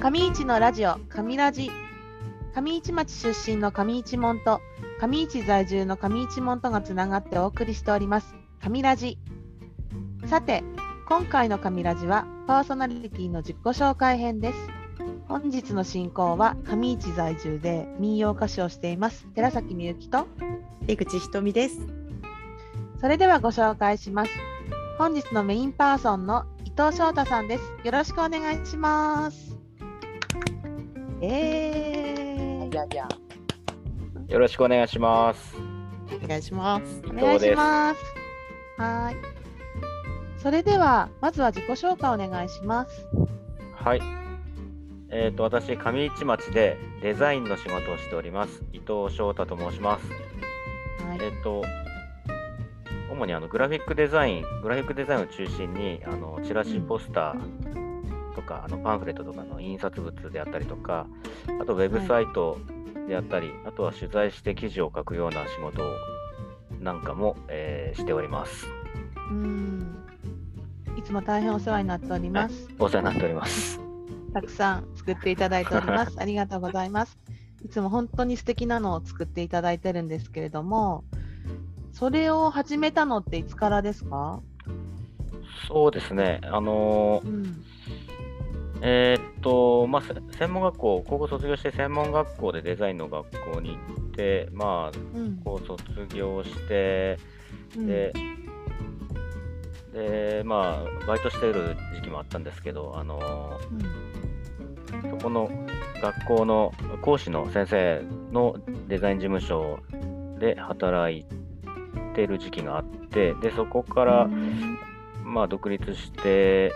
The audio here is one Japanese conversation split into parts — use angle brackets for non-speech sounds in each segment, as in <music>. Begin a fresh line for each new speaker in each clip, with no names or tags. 上市のラジオ上ラジ上市町出身の上市門と上市在住の上市門とがつながってお送りしております上ラジさて今回の上ラジはパーソナリティの自己紹介編です本日の進行は上市在住で民謡歌手をしています寺崎みゆきと
江口ひとみです。
それではご紹介します本日のメインパーソンの伊藤翔太さんですよろしくお願いしますえー
いやいや、
よろしくお願いします。
お願いします。
伊
お願い
藤
し
です。
ます。はーい。それではまずは自己紹介お願いします。
はい。えっ、と私上市町でデザインの仕事をしております。伊藤翔太と申します。
はい。
えっ、と主にあのグラフィックデザイン、グラフィックデザインを中心にあのチラシ、ポスターとかあのパンフレットとかの印刷物であったりとか、あとウェブサイトであったり、あとは取材して記事を書くような仕事をなんかも、えーしております。
うーん。いつも大変お世話になっております。
お世話になっております。
たくさん作っていただいており
<laughs>
ます。ありがとうございます。いつも本当に素敵なのを作っていただいてるんですけれども、それを始めたのっていつからですか？
そうですね。あのー
うん。
えーっと、まあ、せ専門学校、高校卒業して専門学校でデザインの学校に行って、まあ、
うん。
高校卒業して、
うん
で、で、まあ、バイトしてる時期もあったんですけど、あの
うん
ーそこの学校の講師の先生のデザイン事務所で働いてる時期があって、で、そこから、
うん
まあ、独立して、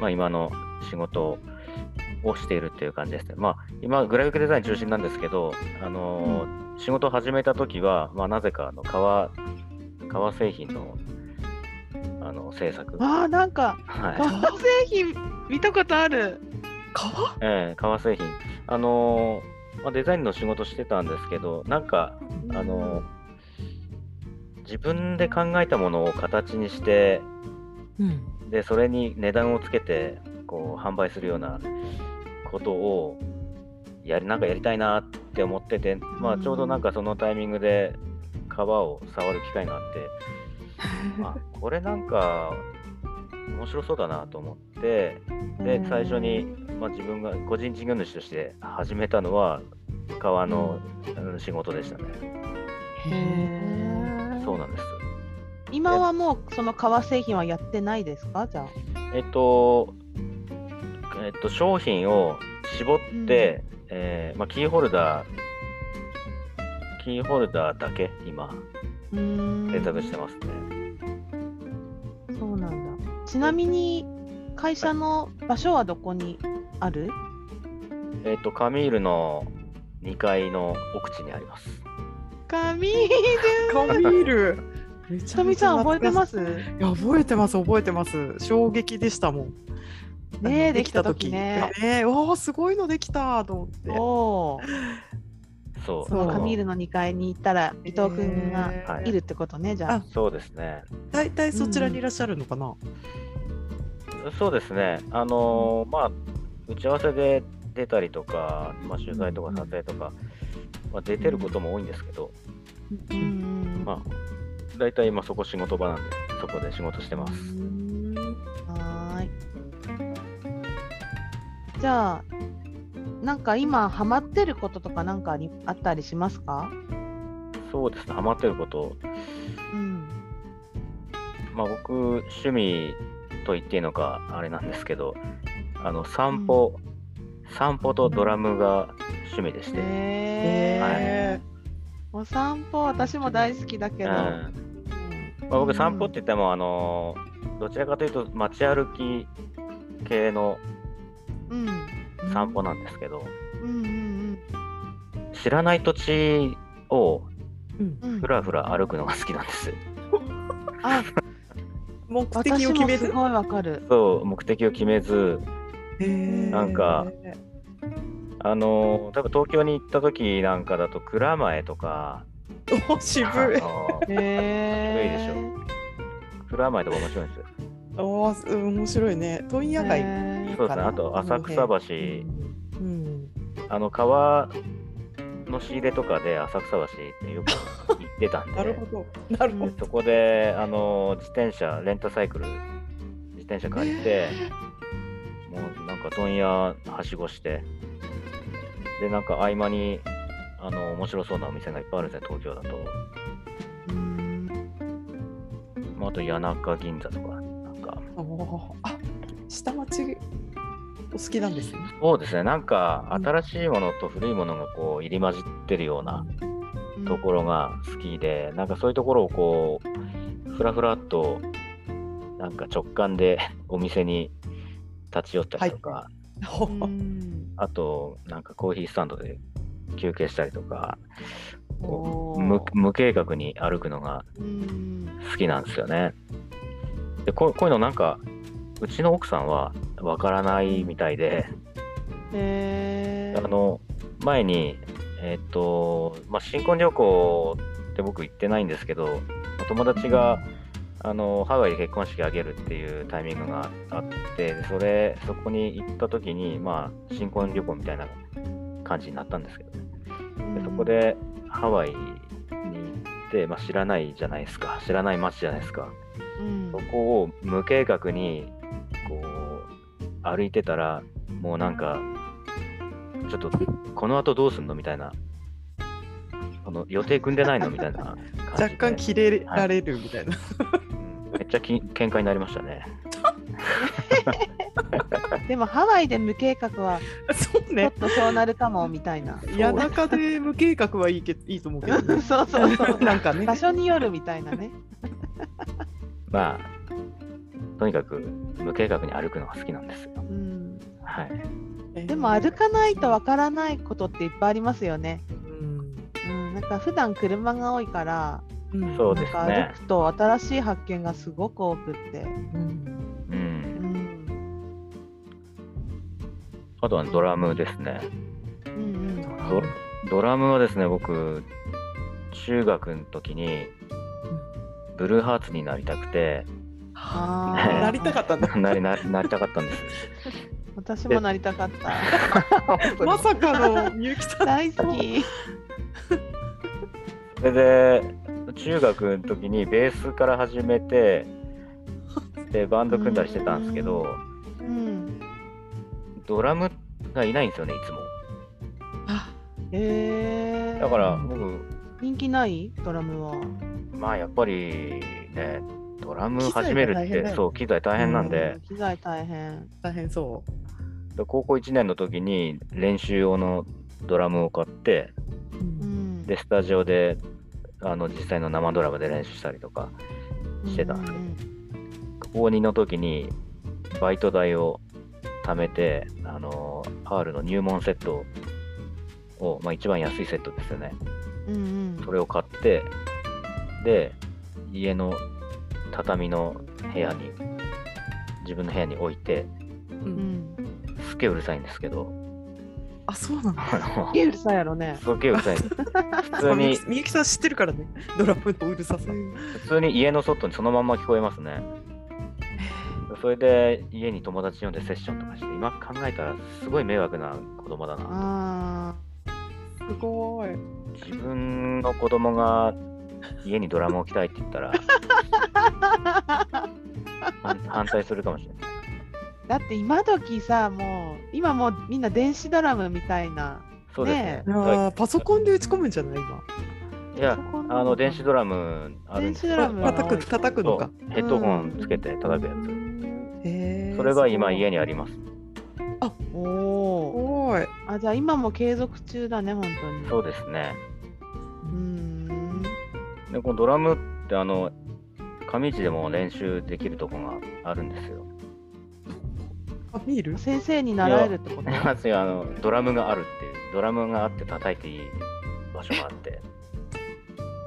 まあ、今の仕事をしているっていう感じですね。まあ、今、グラフィックデザイン中心なんですけど、あのー仕事を始めたときは、まあ、なぜかあの革、革製品のあの制作、
あーなんか
はい
<laughs> 革製品見たことある。
川
ええ革製品、あのーまあ、デザインの仕事してたんですけど、なんか、あのー自分で考えたものを形にして、
うん。
でそれに値段をつけてこう販売するようなことをやりなんかやりたいなって思ってて、ま
う
あ、
ん
ちょうどなんかそのタイミングで皮を触る機会があって、あこれなんか面白そうだなと思ってで最初に、まあ、自分が個人事業主として始めたのは皮のうん仕事でしたね。
へー
そうなんです
今はもうその革製品はやってないですかじゃあ。
えっと、えっと、商品を絞って、えーまあ、キーホルダー、キーホルダーだけ今、
選
選択してますね。
す。そうなんだ。ちなみに会社の場所はどこにある
えっと、カミールの2階の奥地にあります。
紙
ビール。めち。
ひとみさん覚えてますす
いや、覚えてます、覚えてます。衝撃でしたもん。
ね
あ
え
の
できた時ね。
ねえ、わあ、すごいのできたと思って。
おお。
そ
そ
う。
そう
の紙ールの2階に行ったら伊藤くんが
えー
はい
るってことねじゃあ
あ。
そうですね。
大体そちらにいらっしゃるのかな。
そうですね。あのーまあ、打ち合わせで出たりとか、まあ、取材とか撮影とか、まあ、出てることも多いんですけど、
う
うん
ん
まあ、大体今そこ仕事場なんで、そこで仕事してます。
はーい。じゃあ、なんか今ハマってることとかなんかありあったりしますか？
そうですね。ハマってること、
うん。
まあ、僕趣味と言っていいのかあれなんですけどあの散歩、散歩とドラムが趣味でして、
えお散歩私も大好きだけ
うん
ど。
まあ、僕散歩って言っても、あのどちらかというと街歩き系の
うん。
散歩なんですけど、
うんうん
知らない土地を
うんうん
ふ。らふら歩くのが好きなんです
あ、
目
私
的を決
も
めて
すごいわかる。
そう目的を決めずなんか、あの多分東京に行った時なんかだと蔵前
<laughs>
とか
へーお渋
あ <laughs>
い。
の
へえ。
古いでしょ蔵前とか面白いんですよ
おお、面白いね。問屋街。
へー
る
そう
か
ですね
ら
あと浅草橋
橋、うん
あの川の仕入れとかで浅草橋ってよく行って <laughs> たん
なる
で
ほどなるほど
でそこであの自転車レンタサイクル自転車借りてもうなんか問屋はしごしてでなんか合間にあの面白そうなお店がいっぱいあるんですね東京だと、
うん
まあ、あと谷中銀座とかなんか
あーあ下町お好きなんですね
そうですねなんか新しいものと古いものがこう入り混じってるようなところが好きで、なんかそういうところをこうふらふらっとなんか直感で <laughs> お店に立ち寄ったりとか、
うん
あとなんかコーヒースタンドで休憩したりとかこ
お
う
ー
無無計画に歩くのが
うん
好きなんですよね。でこうこういうのなんかうちの奥さんはわからないみたいで、
へ
あ
ー
の前にえっ、とまあ新婚旅行って僕行ってないんですけどお友達があのハワイで結婚式あげるっていうタイミングがあってでそれそこに行った時にまあ新婚旅行みたいな感じになったんですけど、ね、でそこでハワイに行って、まあ、知らないじゃないですか知らない街じゃないですか
うん
そこを無計画にこう歩いてたらもうなんかちょっとこの後どうすんのみたいなこの予定組んでないのみたいな感じで
<laughs> 若干切れられるみたいな、
うんめっちゃき喧嘩になりましたね。
でもハワイで無計画は
そう
ちょっ
<laughs> ね
とそうなるかもみたいな。
谷中で無計画はいいけいいと思うけど、ね、
そう <laughs> そうそう。
なんか <laughs> ね
場所によるみたいなね。
まあとにかく無計画に歩くのが好きなんですよ。
うん、
はい、
でも歩かないとわからないことっていっぱいありますよね。
うん
うん、なんか普段車が多いから、
うん
そう
な
で
ん
すね
か歩くと新しい発見がすごく多くって。
うん
う、
うんん、
あとはドラムですね
うん、うん
ド。ドラムはですね僕中学の時にブルーハーツになりたくて <laughs>
あー
なりたかったん
<laughs>
だ
なりななりたかったんです。
私もなりたかった。
ま
<laughs>
さかのみゆき
<laughs>
さん
大好き。
それで中学の時にベースから始めてでバンド組んだりしてたんですけど
うん。
ドラムがいないんですよねいつも
えー、
だから僕
人気ないドラムは。
まあやっぱりねドラム
機材が
始めるっ
大変
て、
だよね
そう機材大変なんで
うん、機材大変。
大変そう
で高校1年の時に練習用のドラムを買って
うん。
でスタジオであの実際の生ドラムで練習したりとかしてたんですけど高2の時にバイト代を貯めて、あの R の入門セットを、まあ、一番安いセットですよね。
うんうん。
それを買って、で、家の畳の部屋に、自分の部屋に置いて、
う
うんん。
すっげえうるさいんですけど、
あそうなんだ
あ
ゲールさんやろね
の。すっげえうるさい。普通
みゆ <laughs>
に
き、みゆきさん知ってるからねドラムのうるささ
普通に家の外にそのまんま聞こえますね。それで家に友達呼んでセッションとかして、今考えたらすごい迷惑な子供だなと
あ
すごい
自分の子供が家にドラム置きたいって言ったら
あ。
反反対するかもしれない。
だって今時さ、もう、今もうみんな電子ドラムみたいな。
そうです
ね
ね。
あーパソコンで打ち込むんじゃない今
いや
パソコン、の
あの電子ドラムある
電
んで
子
す
ドラムは
叩く叩くのか
そうヘッドホンつけて叩くや
へ
つ。
ー
それが今
すごい
家にあります。
お
す
お。
ごい
あ、じゃあ今も継続中だね、本当に。。
そううですね。
ん。
で、このドラムってあの上市でも練習できるとこがあるんですよ。 <laughs>
あ見る
先生に習えるってこと
まずあのドラムがあるっていう、ドラムがあって叩いていい場所があって。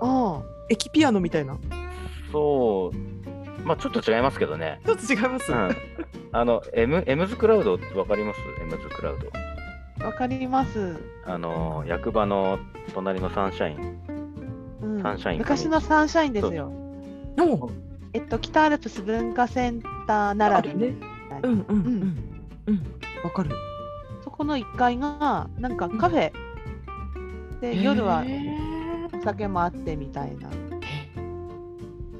あ
駅ピアノみたいな
そう、まあちょっと違いますけどね。
ちょっと違います、
うんあの、M、M ズクラウドってわかります ?M ズクラウド。
あ、わかります。
あの、役場の隣のサンシャイン。
うん
サンシャイン
昔のサンシャインですよ。
おう
えっと、北アルプス文化センター
あ
並
る
び。
ねうんうんうんうん、わかる。
そこの1階がなんかカフェ、で夜は
へ
お
ー
酒もあってみたいな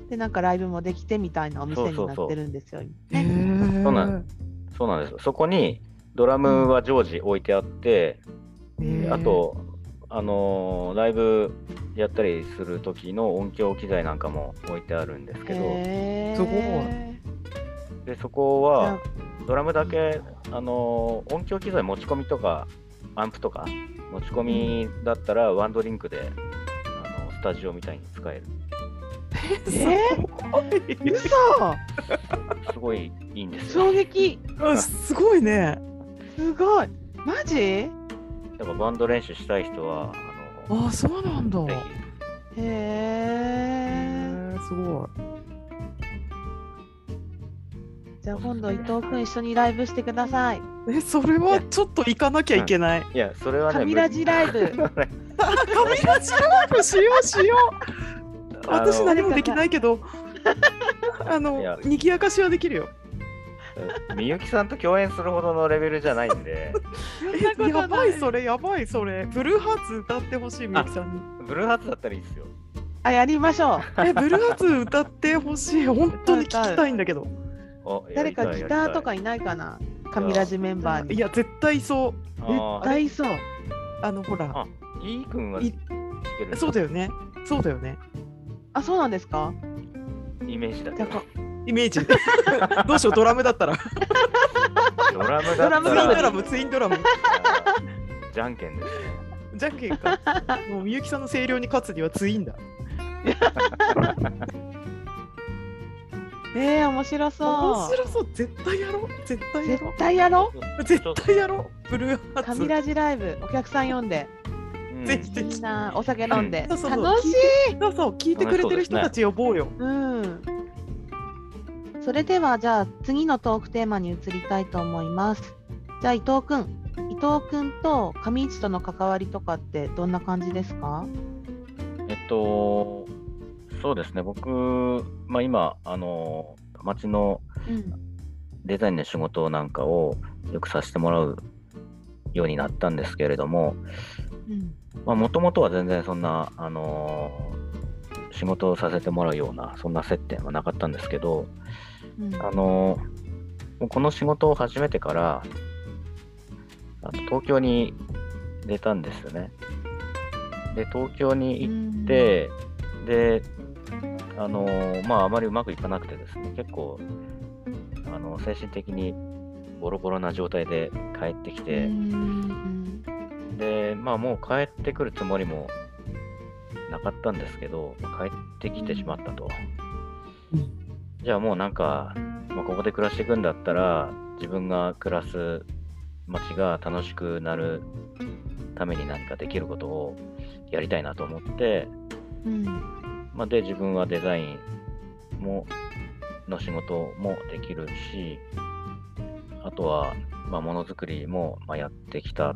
でなんかライブもできてみたいなお店になってるんですよ。
へ
ね
ー
そうなんそうなんです。そこにドラムは常時置いてあって、
へー
あと、あのーライブやったりする時の音響機材なんかも置いてあるんですけど、
へー
すごい
でそこ
じゃ
は
あ
ドラムだけ、あのー音響機材持ち込みとかアンプとか持ち込みだったらワンドリンクで、あのスタジオみたいに使える。
えー、嘘
すごいいいんですよ
衝。撃
あすごいね。
すごいマジへ
だからバンド練習したい人はあの
あそうなんだ。
ぜ
え
へーすごい。
じゃあ今度伊藤君一緒にライブしてください
えそれはちょっと行かなきゃいけない。
ひいやそれはね
神ラジライ <laughs> ブ
あ髪がしライブしようしよう。
あの
私何もできないけど。あ
いや
の賑やかしはできるよ。
みゆきさんと共演するほどのレベルじゃないんで、
そん
え
なことない
<laughs> やばいそれやばいそれ。ブルーハーツ歌ってほしいみゆきさんに。
ブルーハーツだったらいいですよ。
あやりましょう
<laughs> えブルーハーツ歌ってほしい本当に聞きたいんだ <laughs> けど。
あ
誰かギターとかいないかな神ラジメンバーに
いや絶対そう。
絶
あ
対そう
あのほら
あ。いいくんはい弾ける
そうだよね。そうだよね。
あそうなんですか
イメージだ
じ
け
ゃあこ
ど
イメー <laughs> ジ。どうしようドラムだったら。ツ
ドラムだっ
ド
た
ラ
ら
ム
インドラ
だ
ムツインドラム。
じゃんけんですね。
じゃんけんか。もうみゆきさんの声量に勝つにはツインだ。
えー、面白そ
面
う
白そう。絶対やろう。絶対やろ
絶対やろ
う。絶対やろう。ブルーハ
う
ー
神
ツ。
ラジライブお客さん呼んで
うん
ぜひぜ
みんなお酒飲んで
そうそうそう
楽しい
そうそう聞いてくれてる人たち呼ぼうよ。
うん。それではじゃあ次のトークテーマに移りたいと思います。じゃあ伊藤くん、伊藤くんと上市との関わりとかってどんな感じですか？
えっと、そうですね、僕、まあ、今、あの、町の
うん。
デザインの仕事なんかをよくさせてもらうようになったんですけれども、
うん。
もともとは全然そんな、あのー仕事をさせてもらうような、そんな接点はなかったんですけど、
うん。
あのーもうこの仕事を始めてから、あと東京に出たんですよね。で、東京に行って、で、あのーまあ、あまりうまくいかなくてですね、結構、あの精神的にボロボロな状態で帰ってきて、
うん
で、まあもう帰ってくるつもりもなかったんですけど、まあ帰ってきてしまったと。
うん
じゃあもうなんか、まあ、ここで暮らしていくんだったら、自分が暮らす街が楽しくなるために何かできることをやりたいなと思って、
うん。
まあ、で、自分はデザインも、の仕事もできるし、あとは、まあ、ものづくりも、まあ、やってきた。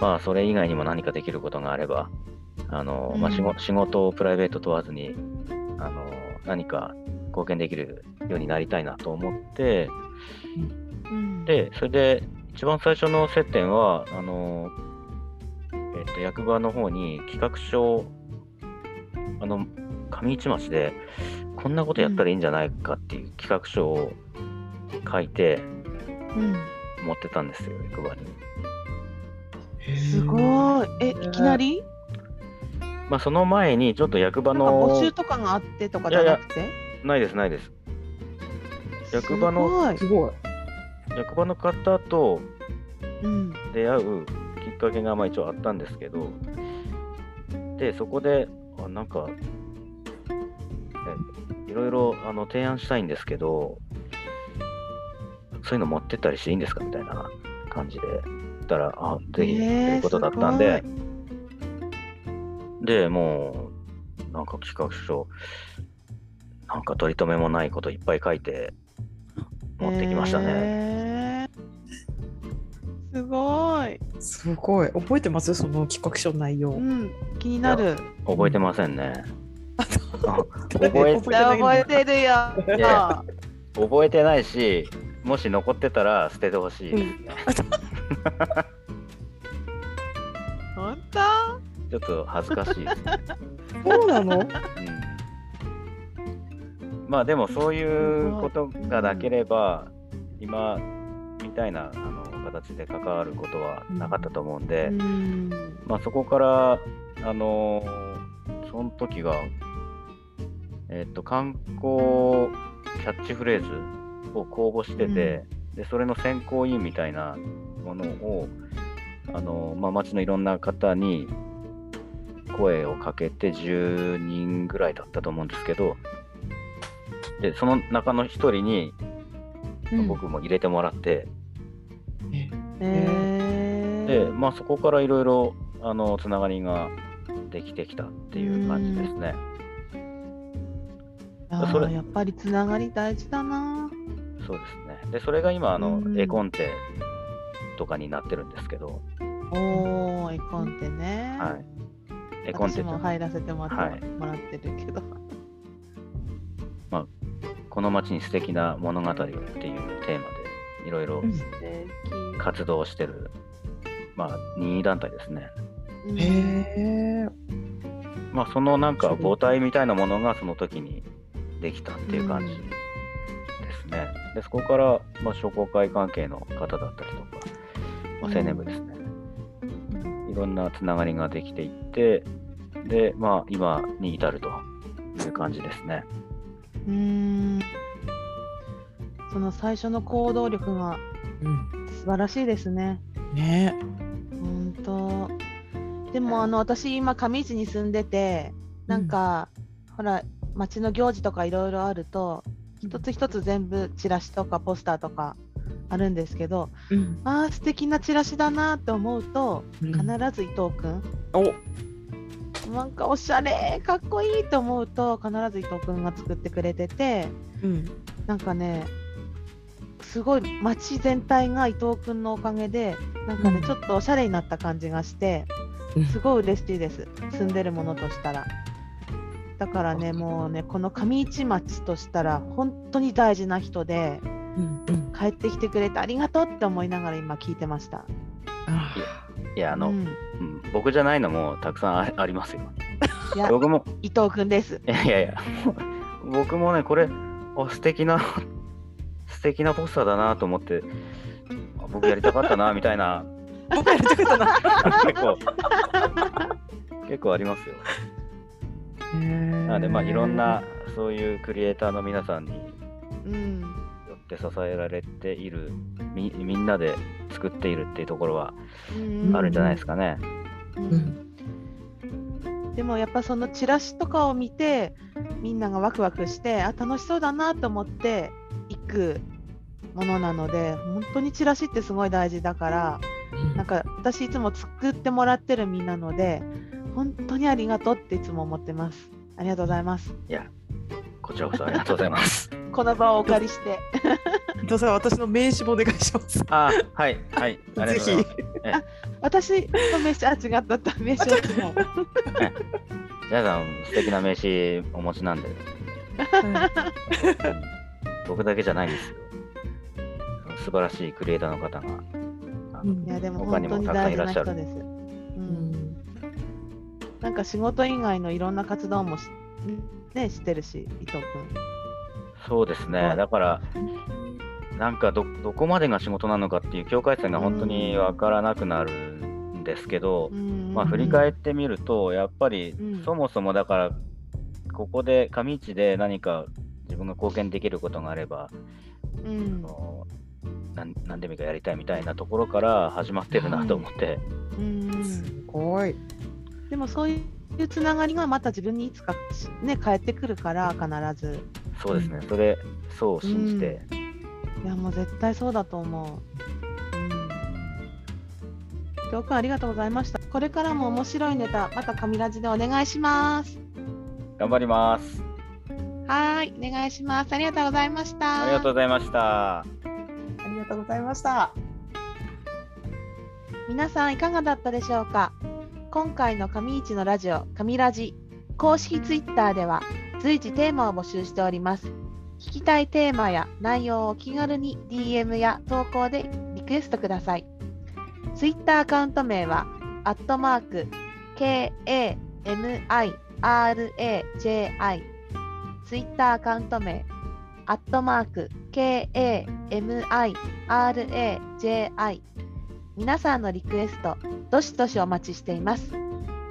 まあ、それ以外にも何かできることがあれば、あの、まあ、仕事仕事をプライベート問わずに、あの、何か貢献できるようになりたいなと思って、
うん、
で、それで、一番最初の接点は、あの、えっと、役場の方に企画書を、あの、上市町で、こんなことやったらいいんじゃないかっていう企画書を書いて
うん、
持ってたんですよ、役場に。
すごい。え、いきなり？
まあ、その前に、ちょっと役場
なんか募
の、
集とかがあってとかじゃなくて？
ないです、ないです。役場の
すごい。
すごい。
役場の方と
うん。
出会うきっかけがまあ一応あったんですけど、で、そこで、あなんか、えいろいろあの提案したいんですけど、そういうの持ってったりしていいんですかみたいな感じで、言ったら、あぜひ、と
えー
いうことだったんで、で、もう、なんか企画書、なんか取り留めもないこといっぱい書いて、持ってきましたね。
ね。すごい。
すごい。覚えてますその企画書の内容
う。ん。気になる。
覚えてませんね。あ
覚
えて
絶対覚え
る。
てるよ。
いや覚えてないし、もし残ってたら捨ててほしいですね、
本当
ちょっと恥ずかしいです、
そうなの
うん、まあでもそういうことがなければ今みたいなあの形で関わることはなかったと思うんで、
うん
まあ、そこから、あのーその時が、えっと観光キャッチフレーズを公募してて、でそれの選考委員みたいなものを、あのーまあ、町のいろんな方に声をかけて10人ぐらいだったと思うんですけどでその中の1人に
うん
僕も入れてもらって。
へ
で、
ー
まあ、そこからいろいろあのつながりができてきたっていう感じですね。
あー
それ
やっぱりつながり大事だな。
そうですね。で、それが今、あの
うん
絵コンテとかになってるんですけど、
おー、絵コンテね。
はい。絵コンテ
私
って
も入らせてもらって,、
は
もらってるけど。
この街に素敵な物語をっていうテーマでいろいろ
素
活動してる、まあ、任意団体ですね。
敵。
へえ
まあ、そのなんか
そう
母体みたいなものがその時にできたっていう感じですね。で、そこから、まあ、商工会関係の方だったりとか、まあ、青年部ですね。いろんなつながりができていって、で、まあ、今に至るという感じですね。
うーん。その最初の行動力が
うん
素晴らしいですね。
ね
本当。でもあの私今上市に住んでてなんか、ほら町の行事とかいろいろあると一つ一つ全部チラシとかポスターとかあるんですけど
うん
あー素敵なチラシだなって思うと必
必
ず伊藤君、
お
なんかおしゃれかっこいいと思うと必ず伊藤君が作ってくれてて
うん
なんかねすごい街全体が伊藤君のおかげでなんかね、
うん
ちょっとおしゃれになった感じがして
うん
すごい嬉しいです住んでるものとしたらだからねもうねこの上市町としたら本当に大事な人で
うんうん
帰ってきてくれてありがとうって思いながら今聞いてました
あ
いや、あ
う
の、うん
ん
僕じゃないのもたくさんあありますよ。
いや
僕も、
伊藤君です
いやいやいや、僕もね、これ、あ素敵な、素敵なポスターだなと思って、あ僕やりたかったな、みたいな、
ー僕やりたことない
結構、結構ありますよ。なので、まあ、いろんな、そういうクリエイターの皆さんに
うん
よって支えられているみみんなで作っているっていうところは
うん
あるんじゃないですかね。
うん
でもやっぱそのチラシとかを見てみんながワクワクしてあ楽しそうだなと思って行くものなので本当にチラシってすごい大事だからなんか私いつも作ってもらってる身なので本当にありがとうっていつも思ってますありがとうございます
こちらこそありがとうございます。
この場をお借りして <laughs>
伊藤さん私の名刺もお願いします
<laughs> あはいはいありがとうございます。
私の名刺あ
<laughs>
違ったった名刺は違う
皆さん素敵な名刺お持ちなんで僕だけじゃないんですよ。素晴らしいクリエイターの方が
いやでも
他
本
に
当
も
に
たくさん
大
い
事
ら
な
っしゃる
人です、う、
うんん
なんか仕事以外のいろんな活動もしねしてるし伊藤君
そうですねだからなんかどどこまでが仕事なのかっていう境界線が本当にわからなくなるんですけど、まあ、振り返ってみると、やっぱり
うん
そもそもだから、ここで上市で何か自分が貢献できることがあれば、
う
あ
ん
のなん何でもいいからやりたいみたいなところから始まってるなと思って、
うん
すごい
でもそういうつながりがまた自分にいつか、ね、返ってくるから必ず
そうですね、それ、そう信じて、
いやもう絶対そうだと思う。うん教訓ありがとうございました。これからも面白いネタ、また神ラジでお願いします。
頑張ります。
はーい、お願いします。ありがとうございました。
ありがとうございました。
ありがとうございました
皆さんいかがだったでしょうか今回の上市のラジオ上ラジ公式ツイッターでは随時テーマを募集しております聞きたいテーマや内容をお気軽に DM や投稿でリクエストください。Twitter アカウント名は、アットマーク、KAMIRAJI。Twitter アカウント名、アットマーク、KAMIRAJI。皆さんのリクエスト、どしどしお待ちしています。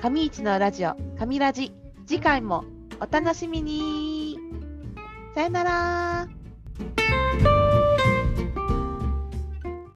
上市のラジオ、上ラジ、次回もお楽しみにさよなら